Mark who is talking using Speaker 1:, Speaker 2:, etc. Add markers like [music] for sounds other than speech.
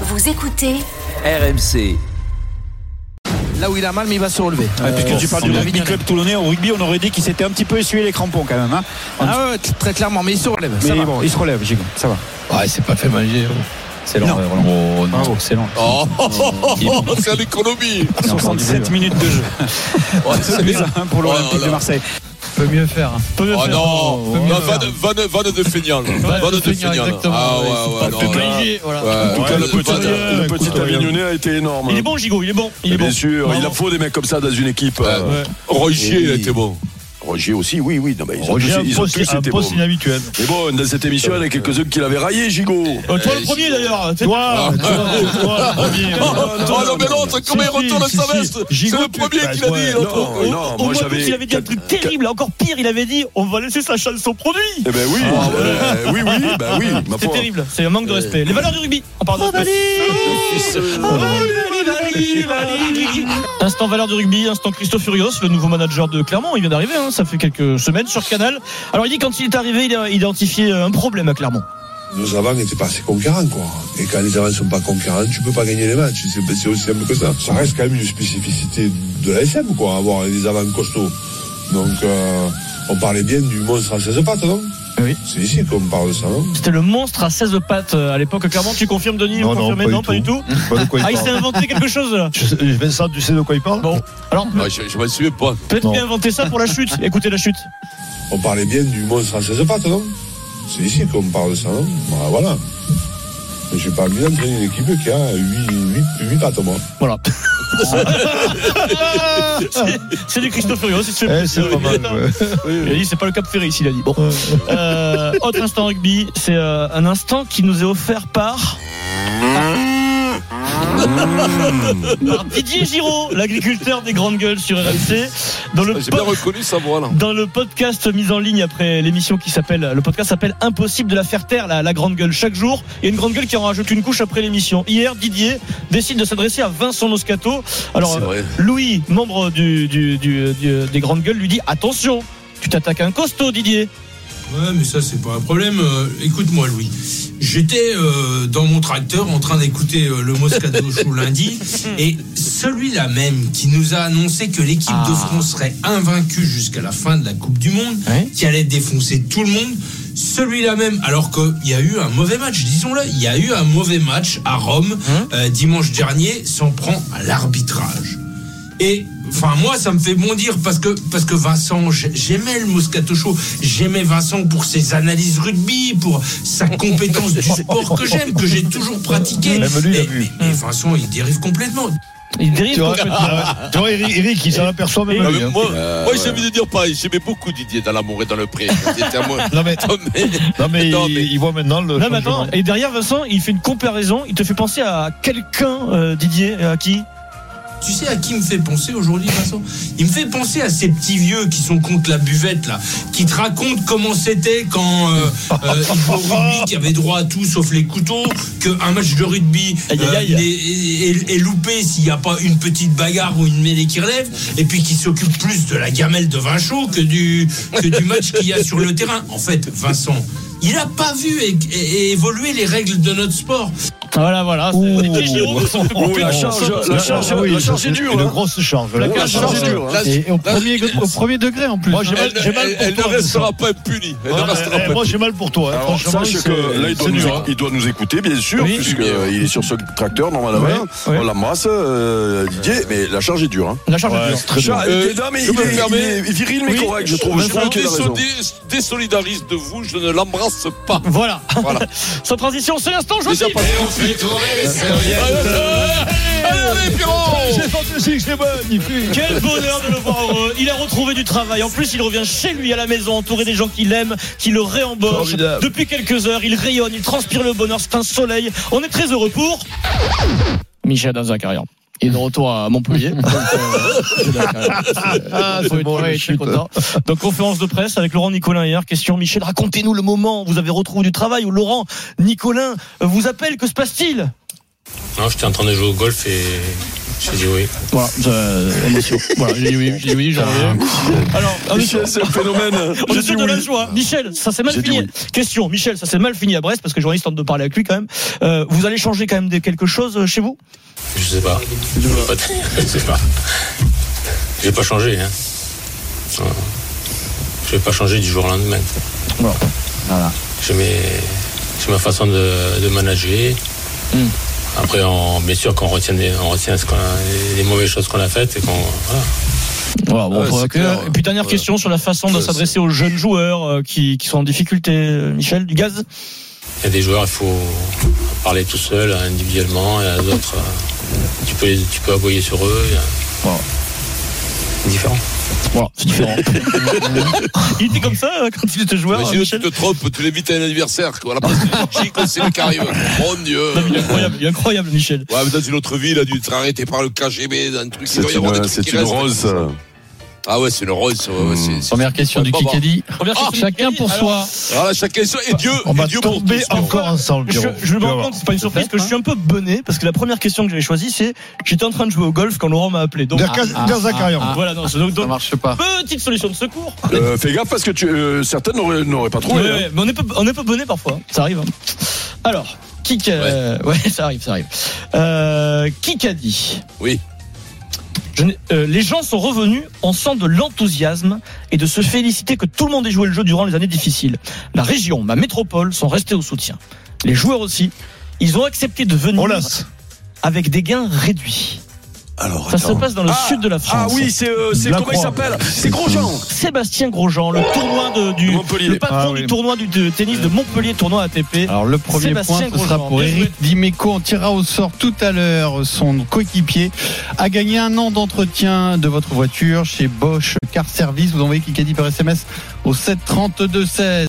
Speaker 1: Vous écoutez
Speaker 2: RMC.
Speaker 3: Là où il a mal, mais il va se relever.
Speaker 4: Ouais, Ah,
Speaker 5: Euh,
Speaker 4: puisque tu parles du rugby club toulonnais, au rugby, on aurait dit qu'il s'était un petit peu essuyé les crampons quand même. hein.
Speaker 3: Ah ouais, t- très clairement, mais il se relève. ça
Speaker 4: Mais
Speaker 3: va.
Speaker 4: bon, il se relève, Gigo, ça va.
Speaker 6: Ouais, c'est pas fait manger. C'est long,
Speaker 4: Non.
Speaker 6: euh, Roland.
Speaker 4: Bravo.
Speaker 6: C'est long.
Speaker 7: Oh, c'est l'économie
Speaker 5: Ah,
Speaker 6: Il est encore
Speaker 4: 77
Speaker 6: dix-huit,
Speaker 4: minutes de jeu. 2 à 1 pour l'Olympique
Speaker 7: là.
Speaker 4: de Marseille.
Speaker 5: peut mieux faire.
Speaker 4: Peu de
Speaker 7: Oh
Speaker 4: faire.
Speaker 7: non, non vanne, vanne, vanne de feignant. Vanne de feignant.
Speaker 5: exactement.
Speaker 7: Ah ouais, ouais, non, là, ouais,
Speaker 8: En tout cas, le
Speaker 7: vanne-
Speaker 8: petit,
Speaker 7: vanne.
Speaker 8: le petit Avignonnais a été énorme. hein.
Speaker 4: Il est bon, Gigo, il est bon. Il
Speaker 9: Eh
Speaker 4: est
Speaker 8: Bien
Speaker 4: bon.
Speaker 8: sûr, il en faut des mecs comme ça dans une équipe. euh,
Speaker 7: Ouais. Rogier, il était bon.
Speaker 8: Roger aussi, oui, oui. Non, mais ils ont
Speaker 5: Roger,
Speaker 8: tous,
Speaker 5: un
Speaker 8: ils ont
Speaker 5: poste,
Speaker 8: tous
Speaker 5: un
Speaker 8: été
Speaker 5: poste
Speaker 8: bons.
Speaker 5: inhabituel.
Speaker 4: Euh,
Speaker 8: Mais bon, dans cette émission, il y en a quelques-uns qui l'avaient raillé, Gigo.
Speaker 5: Euh, toi
Speaker 7: Euh,
Speaker 9: Eh,
Speaker 5: le premier d'ailleurs. fais-
Speaker 7: Ah.
Speaker 5: Toi, toi, toi, le premier.
Speaker 7: Oh, non, mais l'autre, comment il retourne sa veste C'est le premier qui l'a dit, l'autre.
Speaker 8: Non, non,
Speaker 9: Au
Speaker 8: moi
Speaker 9: mois d'août, il
Speaker 8: j'avais.
Speaker 9: avait dit un truc terrible, encore pire, il avait dit on va laisser sa chance au produit.
Speaker 8: Eh ben oui,
Speaker 7: Ah
Speaker 8: euh, oui,
Speaker 7: [laughs]
Speaker 8: oui, bah oui, ma
Speaker 9: C'est
Speaker 8: foi.
Speaker 9: terrible, c'est un manque de
Speaker 5: euh,
Speaker 9: respect. Les valeurs du rugby, on
Speaker 5: Oh,
Speaker 9: parle de Oh, Instant valeur du rugby, instant Christophe Furios, le nouveau manager de Clermont, il vient d'arriver, hein, ça fait quelques semaines sur Canal. Alors il dit quand il est arrivé, il a identifié un problème à Clermont.
Speaker 10: Nos avants n'étaient pas assez conquérants, quoi. Et quand les avants sont pas conquérants, tu peux pas gagner les matchs. C'est c'est aussi simple que ça. Ça reste quand même une spécificité de la SM, quoi, avoir des avants costauds. Donc, euh, on parlait bien du monstre à 16 pattes, non
Speaker 7: Ah
Speaker 9: Oui.
Speaker 10: C'est ici qu'on parle de ça, non
Speaker 9: C'était le monstre à 16 pattes euh, à l'époque. Clermont, tu confirmes Denis
Speaker 5: Non,
Speaker 9: Vous
Speaker 5: non,
Speaker 9: confirmez
Speaker 5: pas du
Speaker 9: non, pas du tout.
Speaker 5: Pas de quoi il
Speaker 9: Ah, il s'est
Speaker 5: parle.
Speaker 9: inventé quelque chose là.
Speaker 5: Tu sais- Vincent, tu sais de quoi il parle
Speaker 9: Bon, alors
Speaker 7: Ah, Je je m'en souviens pas.
Speaker 9: peut-être
Speaker 5: Non.
Speaker 9: qu'il a inventé ça pour la chute. Écoutez la chute.
Speaker 10: On parlait bien du monstre à 16 pattes, non C'est ici qu'on parle de ça, non Bah, Voilà. Mais j'ai pas envie d'entraîner une équipe qui a 8, 8, 8 pattes, moi.
Speaker 9: Voilà. C'est- [laughs] c'est du Christophe Furios, il se fait
Speaker 5: Eh, c'est pas
Speaker 9: plaisir.
Speaker 5: mal. ouais.
Speaker 9: euh, Il a dit c'est pas le Cap Ferry ici, il a dit. Bon. Euh, autre instant rugby, c'est euh, un instant qui nous est offert par. par Didier Giraud, l'agriculteur des grandes gueules sur RMC, dans le
Speaker 7: J'ai bien
Speaker 9: pod-
Speaker 7: reconnu sa voix, là.
Speaker 9: dans le podcast mis en ligne après l'émission qui s'appelle le podcast s'appelle Impossible de la faire taire la, la grande gueule chaque jour et une grande gueule qui en rajoute une couche après l'émission. Hier Didier décide de s'adresser à Vincent Moscato. Alors
Speaker 7: C'est vrai.
Speaker 9: Louis, membre du, du- du- du- des grandes gueules, lui dit attention. Tu t'attaques à un costaud, Didier.
Speaker 11: Ouais, mais ça, c'est pas un problème. Euh, Écoute-moi, Louis. J'étais euh, dans mon tracteur en train d'écouter euh, le Moscato Show lundi. Et celui-là même qui nous a annoncé que l'équipe de France serait invaincue jusqu'à la fin de la Coupe du Monde,
Speaker 9: Ouais.
Speaker 11: qui allait défoncer tout le monde, celui-là même, alors qu'il y a eu un mauvais match, disons-le, il y a eu un mauvais match à Rome euh, dimanche dernier, s'en prend à l'arbitrage. Et enfin moi ça me fait bondir parce que parce que Vincent j'ai- j'aimais le Moscato Show, j'aimais Vincent pour ses analyses rugby, pour sa
Speaker 5: [laughs]
Speaker 11: compétence du sport que j'aime, que j'ai toujours pratiqué.
Speaker 5: Même lui, il a
Speaker 11: Et-
Speaker 5: vu.
Speaker 11: et- et Vincent il dérive complètement.
Speaker 9: Il dérive
Speaker 5: Tu vois,
Speaker 9: complètement.
Speaker 5: [laughs] ah ouais. Tu vois, Eric, Eric, il s'en aperçoit même
Speaker 7: Ah,
Speaker 5: lui.
Speaker 7: mais
Speaker 5: hein.
Speaker 7: Moi,
Speaker 8: Euh,
Speaker 7: moi j'ai envie de dire pas. J'aimais beaucoup Didier dans l'amour et dans le pré. C'était
Speaker 8: [laughs]
Speaker 7: à moi.
Speaker 5: Non mais, non, mais,
Speaker 7: Non, mais-
Speaker 5: il, il voit maintenant le.
Speaker 9: Non, mais attends,
Speaker 5: changement.
Speaker 9: et derrière Vincent, il fait une comparaison, il te fait penser à quelqu'un, euh, Didier, à qui
Speaker 11: Tu sais à qui me fait penser aujourd'hui, Vincent Il me fait penser à ces petits vieux qui sont contre la buvette, là, qui te racontent comment c'était quand euh, euh,
Speaker 9: [laughs]
Speaker 11: ils jouaient au rugby, qui avait droit à tout sauf les couteaux, qu'un match de rugby
Speaker 9: Aïe, aïe,
Speaker 11: euh,
Speaker 9: aïe.
Speaker 11: est, est- est loupé s'il n'y a pas une petite bagarre ou une mêlée qui relève, et puis qui s'occupe plus de la gamelle de vin chaud que du, que du match qu'il y a sur le terrain. En fait, Vincent. Il n'a pas vu é- é- évoluer les règles de notre sport.
Speaker 9: Voilà, voilà. c'est- Didier Giraud, on s'en
Speaker 7: [laughs]
Speaker 9: fait
Speaker 8: Oh, la
Speaker 9: complètement.
Speaker 8: charge,
Speaker 5: Ah,
Speaker 8: la charge,
Speaker 5: oui,
Speaker 8: la
Speaker 5: ça,
Speaker 8: charge est
Speaker 5: une-
Speaker 8: dure.
Speaker 5: Une
Speaker 8: hein.
Speaker 5: grosse charge. là.
Speaker 8: La charge est dure. hein.
Speaker 5: Et au premier, au premier degré en plus. Moi, j'ai
Speaker 7: Elle,
Speaker 5: mal, j'ai mal
Speaker 7: elle-
Speaker 5: pour
Speaker 7: elle ne
Speaker 5: toi,
Speaker 7: restera pas impunie. Elle ne
Speaker 5: Vincent.
Speaker 7: restera
Speaker 5: Ouais,
Speaker 7: pas
Speaker 5: eh, Moi, j'ai mal pour toi. hein.
Speaker 8: Alors,
Speaker 5: Franchement,
Speaker 8: sache
Speaker 5: c'est-
Speaker 8: Ah, que là, il doit,
Speaker 5: c'est
Speaker 8: nous,
Speaker 5: dur,
Speaker 8: éc-
Speaker 5: hein.
Speaker 8: il doit nous écouter, bien sûr,
Speaker 9: Oui.
Speaker 8: puisque euh, il est sur ce tracteur, normalement.
Speaker 9: ouais.
Speaker 8: On l'embrasse, euh, Didier, mais la charge est dure. Hein.
Speaker 9: La charge est dure.
Speaker 8: Très dur.
Speaker 7: Euh,
Speaker 8: mais
Speaker 7: je
Speaker 8: il
Speaker 7: peux
Speaker 8: est,
Speaker 7: me
Speaker 8: il est
Speaker 7: permettre-
Speaker 8: viril, mais
Speaker 9: Oui.
Speaker 8: correct, je trouve. Je
Speaker 7: Je
Speaker 8: trouve
Speaker 7: me
Speaker 8: qu'il a raison.
Speaker 7: déso- désolidarise de vous, je ne l'embrasse pas.
Speaker 9: Voilà.
Speaker 7: Voilà.
Speaker 9: Sans transition, c'est l'instant
Speaker 7: Déjà
Speaker 9: joué.
Speaker 7: pas
Speaker 6: Et on fait tourner les serviettes.
Speaker 7: Allez, allez, Pierrot
Speaker 5: C'est fantastique, c'est magnifique.
Speaker 9: Quel bonheur de le voir heureux. Il a retrouvé du travail. En plus, il revient chez lui à la maison, entouré des gens qu'il aime, qui le réembauchent.
Speaker 5: Formidable.
Speaker 9: Depuis quelques heures, il rayonne, il transpire le bonheur. C'est un soleil. On est très heureux pour. Michel Dazacarien. Il est de retour à
Speaker 5: [laughs]
Speaker 9: Montpellier. Donc, euh,
Speaker 5: Ah, c'est
Speaker 9: faut être
Speaker 5: bon,
Speaker 9: heureux,
Speaker 5: la
Speaker 9: je suis
Speaker 5: chute.
Speaker 9: content. Donc, conférence de presse avec Laurent Nicolin hier. Question Michel, racontez-nous le moment où vous avez retrouvé du travail, où Laurent Nicolin vous appelle. Que se passe-t-il
Speaker 11: Non, j'étais en train de jouer au golf et
Speaker 12: J'ai dit oui.
Speaker 5: Voilà, euh, émotion. Voilà, j'ai dit oui, j'ai dit oui, j'en reviens. Ah,
Speaker 9: Alors, on est sur-
Speaker 2: Michel, c'est un phénomène.
Speaker 9: on est sur de la joie. Michel, ça s'est mal
Speaker 2: J'ai dit
Speaker 9: fini. Question, Michel, ça s'est mal fini à Brest parce que j'ai envie de parler avec lui quand même. Euh, vous allez changer quand même des- quelque chose euh, chez vous
Speaker 11: Je sais pas. Je veux pas te- je sais pas. Je vais pas changer. Hein. Euh, Je vais pas changer du jour au lendemain.
Speaker 5: Voilà. Voilà.
Speaker 11: J'ai mes- j'ai ma façon de, de manager.
Speaker 5: Hmm.
Speaker 11: Après, on, bien sûr qu'on retient, des- on retient ce qu'on a- les mauvaises choses qu'on a faites et qu'on. voilà.
Speaker 5: Voilà, bon,
Speaker 2: Ouais,
Speaker 5: faudra
Speaker 2: c'est
Speaker 5: que-
Speaker 2: clair.
Speaker 9: Et puis dernière
Speaker 11: Ouais.
Speaker 9: question sur la façon de
Speaker 11: Ouais,
Speaker 9: s'adresser aux jeunes joueurs euh, qui, qui sont en difficulté. Euh, Michel, du gaz
Speaker 11: Il y a des joueurs, il faut parler tout seul, individuellement, et à d'autres, euh, tu peux, les- tu peux aboyer sur eux. il y a-
Speaker 5: Voilà.
Speaker 11: C'est Différent.
Speaker 5: Voilà, c'est différent.
Speaker 9: [laughs] Il était comme ça euh, quand il était joueur,
Speaker 8: Mais
Speaker 9: euh,
Speaker 8: sinon, tu
Speaker 9: Michel
Speaker 8: te trompes, tu l'évites à un anniversaire. Voilà, parce que Chico, c'est le qui arrive. Mon Dieu.
Speaker 9: Non, mais il est incroyable, il est incroyable, Michel.
Speaker 8: Ouais, mais dans une autre vie, il a dû être arrêté par le KGB, dans un truc. il doit
Speaker 2: C'est
Speaker 8: y avoir des
Speaker 2: une,
Speaker 8: trucs
Speaker 2: c'est
Speaker 8: qui
Speaker 2: une
Speaker 8: restent.
Speaker 2: rose. ça. Hmm.
Speaker 8: Ah ouais, c'est une rose. ouais, ouais, c'est- c'est-
Speaker 5: Première question du
Speaker 8: Ouais, bon, bon.
Speaker 5: Kikadi.
Speaker 9: Première question,
Speaker 5: Chacun pour
Speaker 9: alors,
Speaker 5: soi.
Speaker 8: Voilà, chacun son. Et Dieu,
Speaker 5: On va
Speaker 8: et Dieu pour
Speaker 5: tomber
Speaker 8: tous.
Speaker 5: encore ensemble,
Speaker 9: Je,
Speaker 5: Pierrot.
Speaker 9: je
Speaker 5: Tu
Speaker 9: me
Speaker 5: vas
Speaker 9: rends
Speaker 5: voir.
Speaker 9: compte, c'est pas une surprise, que je suis un peu bonné parce que la première question que j'avais choisie, c'est j'étais en train de jouer au golf quand Laurent m'a appelé. Donc, ah,
Speaker 5: Zakarian.
Speaker 2: Ah.
Speaker 9: voilà, non, c'est- donc,
Speaker 5: Ça
Speaker 9: donc,
Speaker 5: marche pas.
Speaker 9: petite solution de secours.
Speaker 2: Euh, fais gaffe parce que tu, euh, certaines n'auraient n'auraient pas trouvé.
Speaker 9: Oh, Ouais,
Speaker 2: hein.
Speaker 9: ouais, mais on est peu, on est peu bonnet parfois, hein. ça arrive. hein. Alors, qui qu'a- ouais. [laughs] ça arrive, ça arrive. Euh, qui qu'a dit
Speaker 8: Oui.
Speaker 9: Je n'ai- euh, les gens sont revenus, on sent de l'enthousiasme et de se féliciter que tout le monde ait joué le jeu durant les années difficiles. La région, ma métropole, sont restés au soutien. Les joueurs aussi, ils ont accepté de venir
Speaker 5: Olas.
Speaker 9: avec des gains réduits.
Speaker 2: Alors,
Speaker 9: Ça se
Speaker 2: attends.
Speaker 9: passe dans le
Speaker 2: Ah,
Speaker 9: sud de la
Speaker 2: Ah
Speaker 9: France.
Speaker 2: oui, c'est euh, c'est-
Speaker 5: La
Speaker 2: comment il
Speaker 5: Croix.
Speaker 2: s'appelle C'est Grosjean.
Speaker 9: Sébastien Grosjean, le tournoi de- du
Speaker 2: Montpellier.
Speaker 9: le patron
Speaker 5: Ah oui.
Speaker 9: du tournoi du de tennis de Montpellier, tournoi ATP.
Speaker 5: Alors le premier
Speaker 9: Sébastien
Speaker 5: point, ce sera
Speaker 9: Grosjean,
Speaker 5: pour
Speaker 9: bien joué.
Speaker 5: Eric Dimeco. On tirera au sort tout à l'heure son coéquipier. A gagné un an d'entretien de votre voiture chez Bosch Car Service. Vous envoyez Kikadi par SMS au 732 16.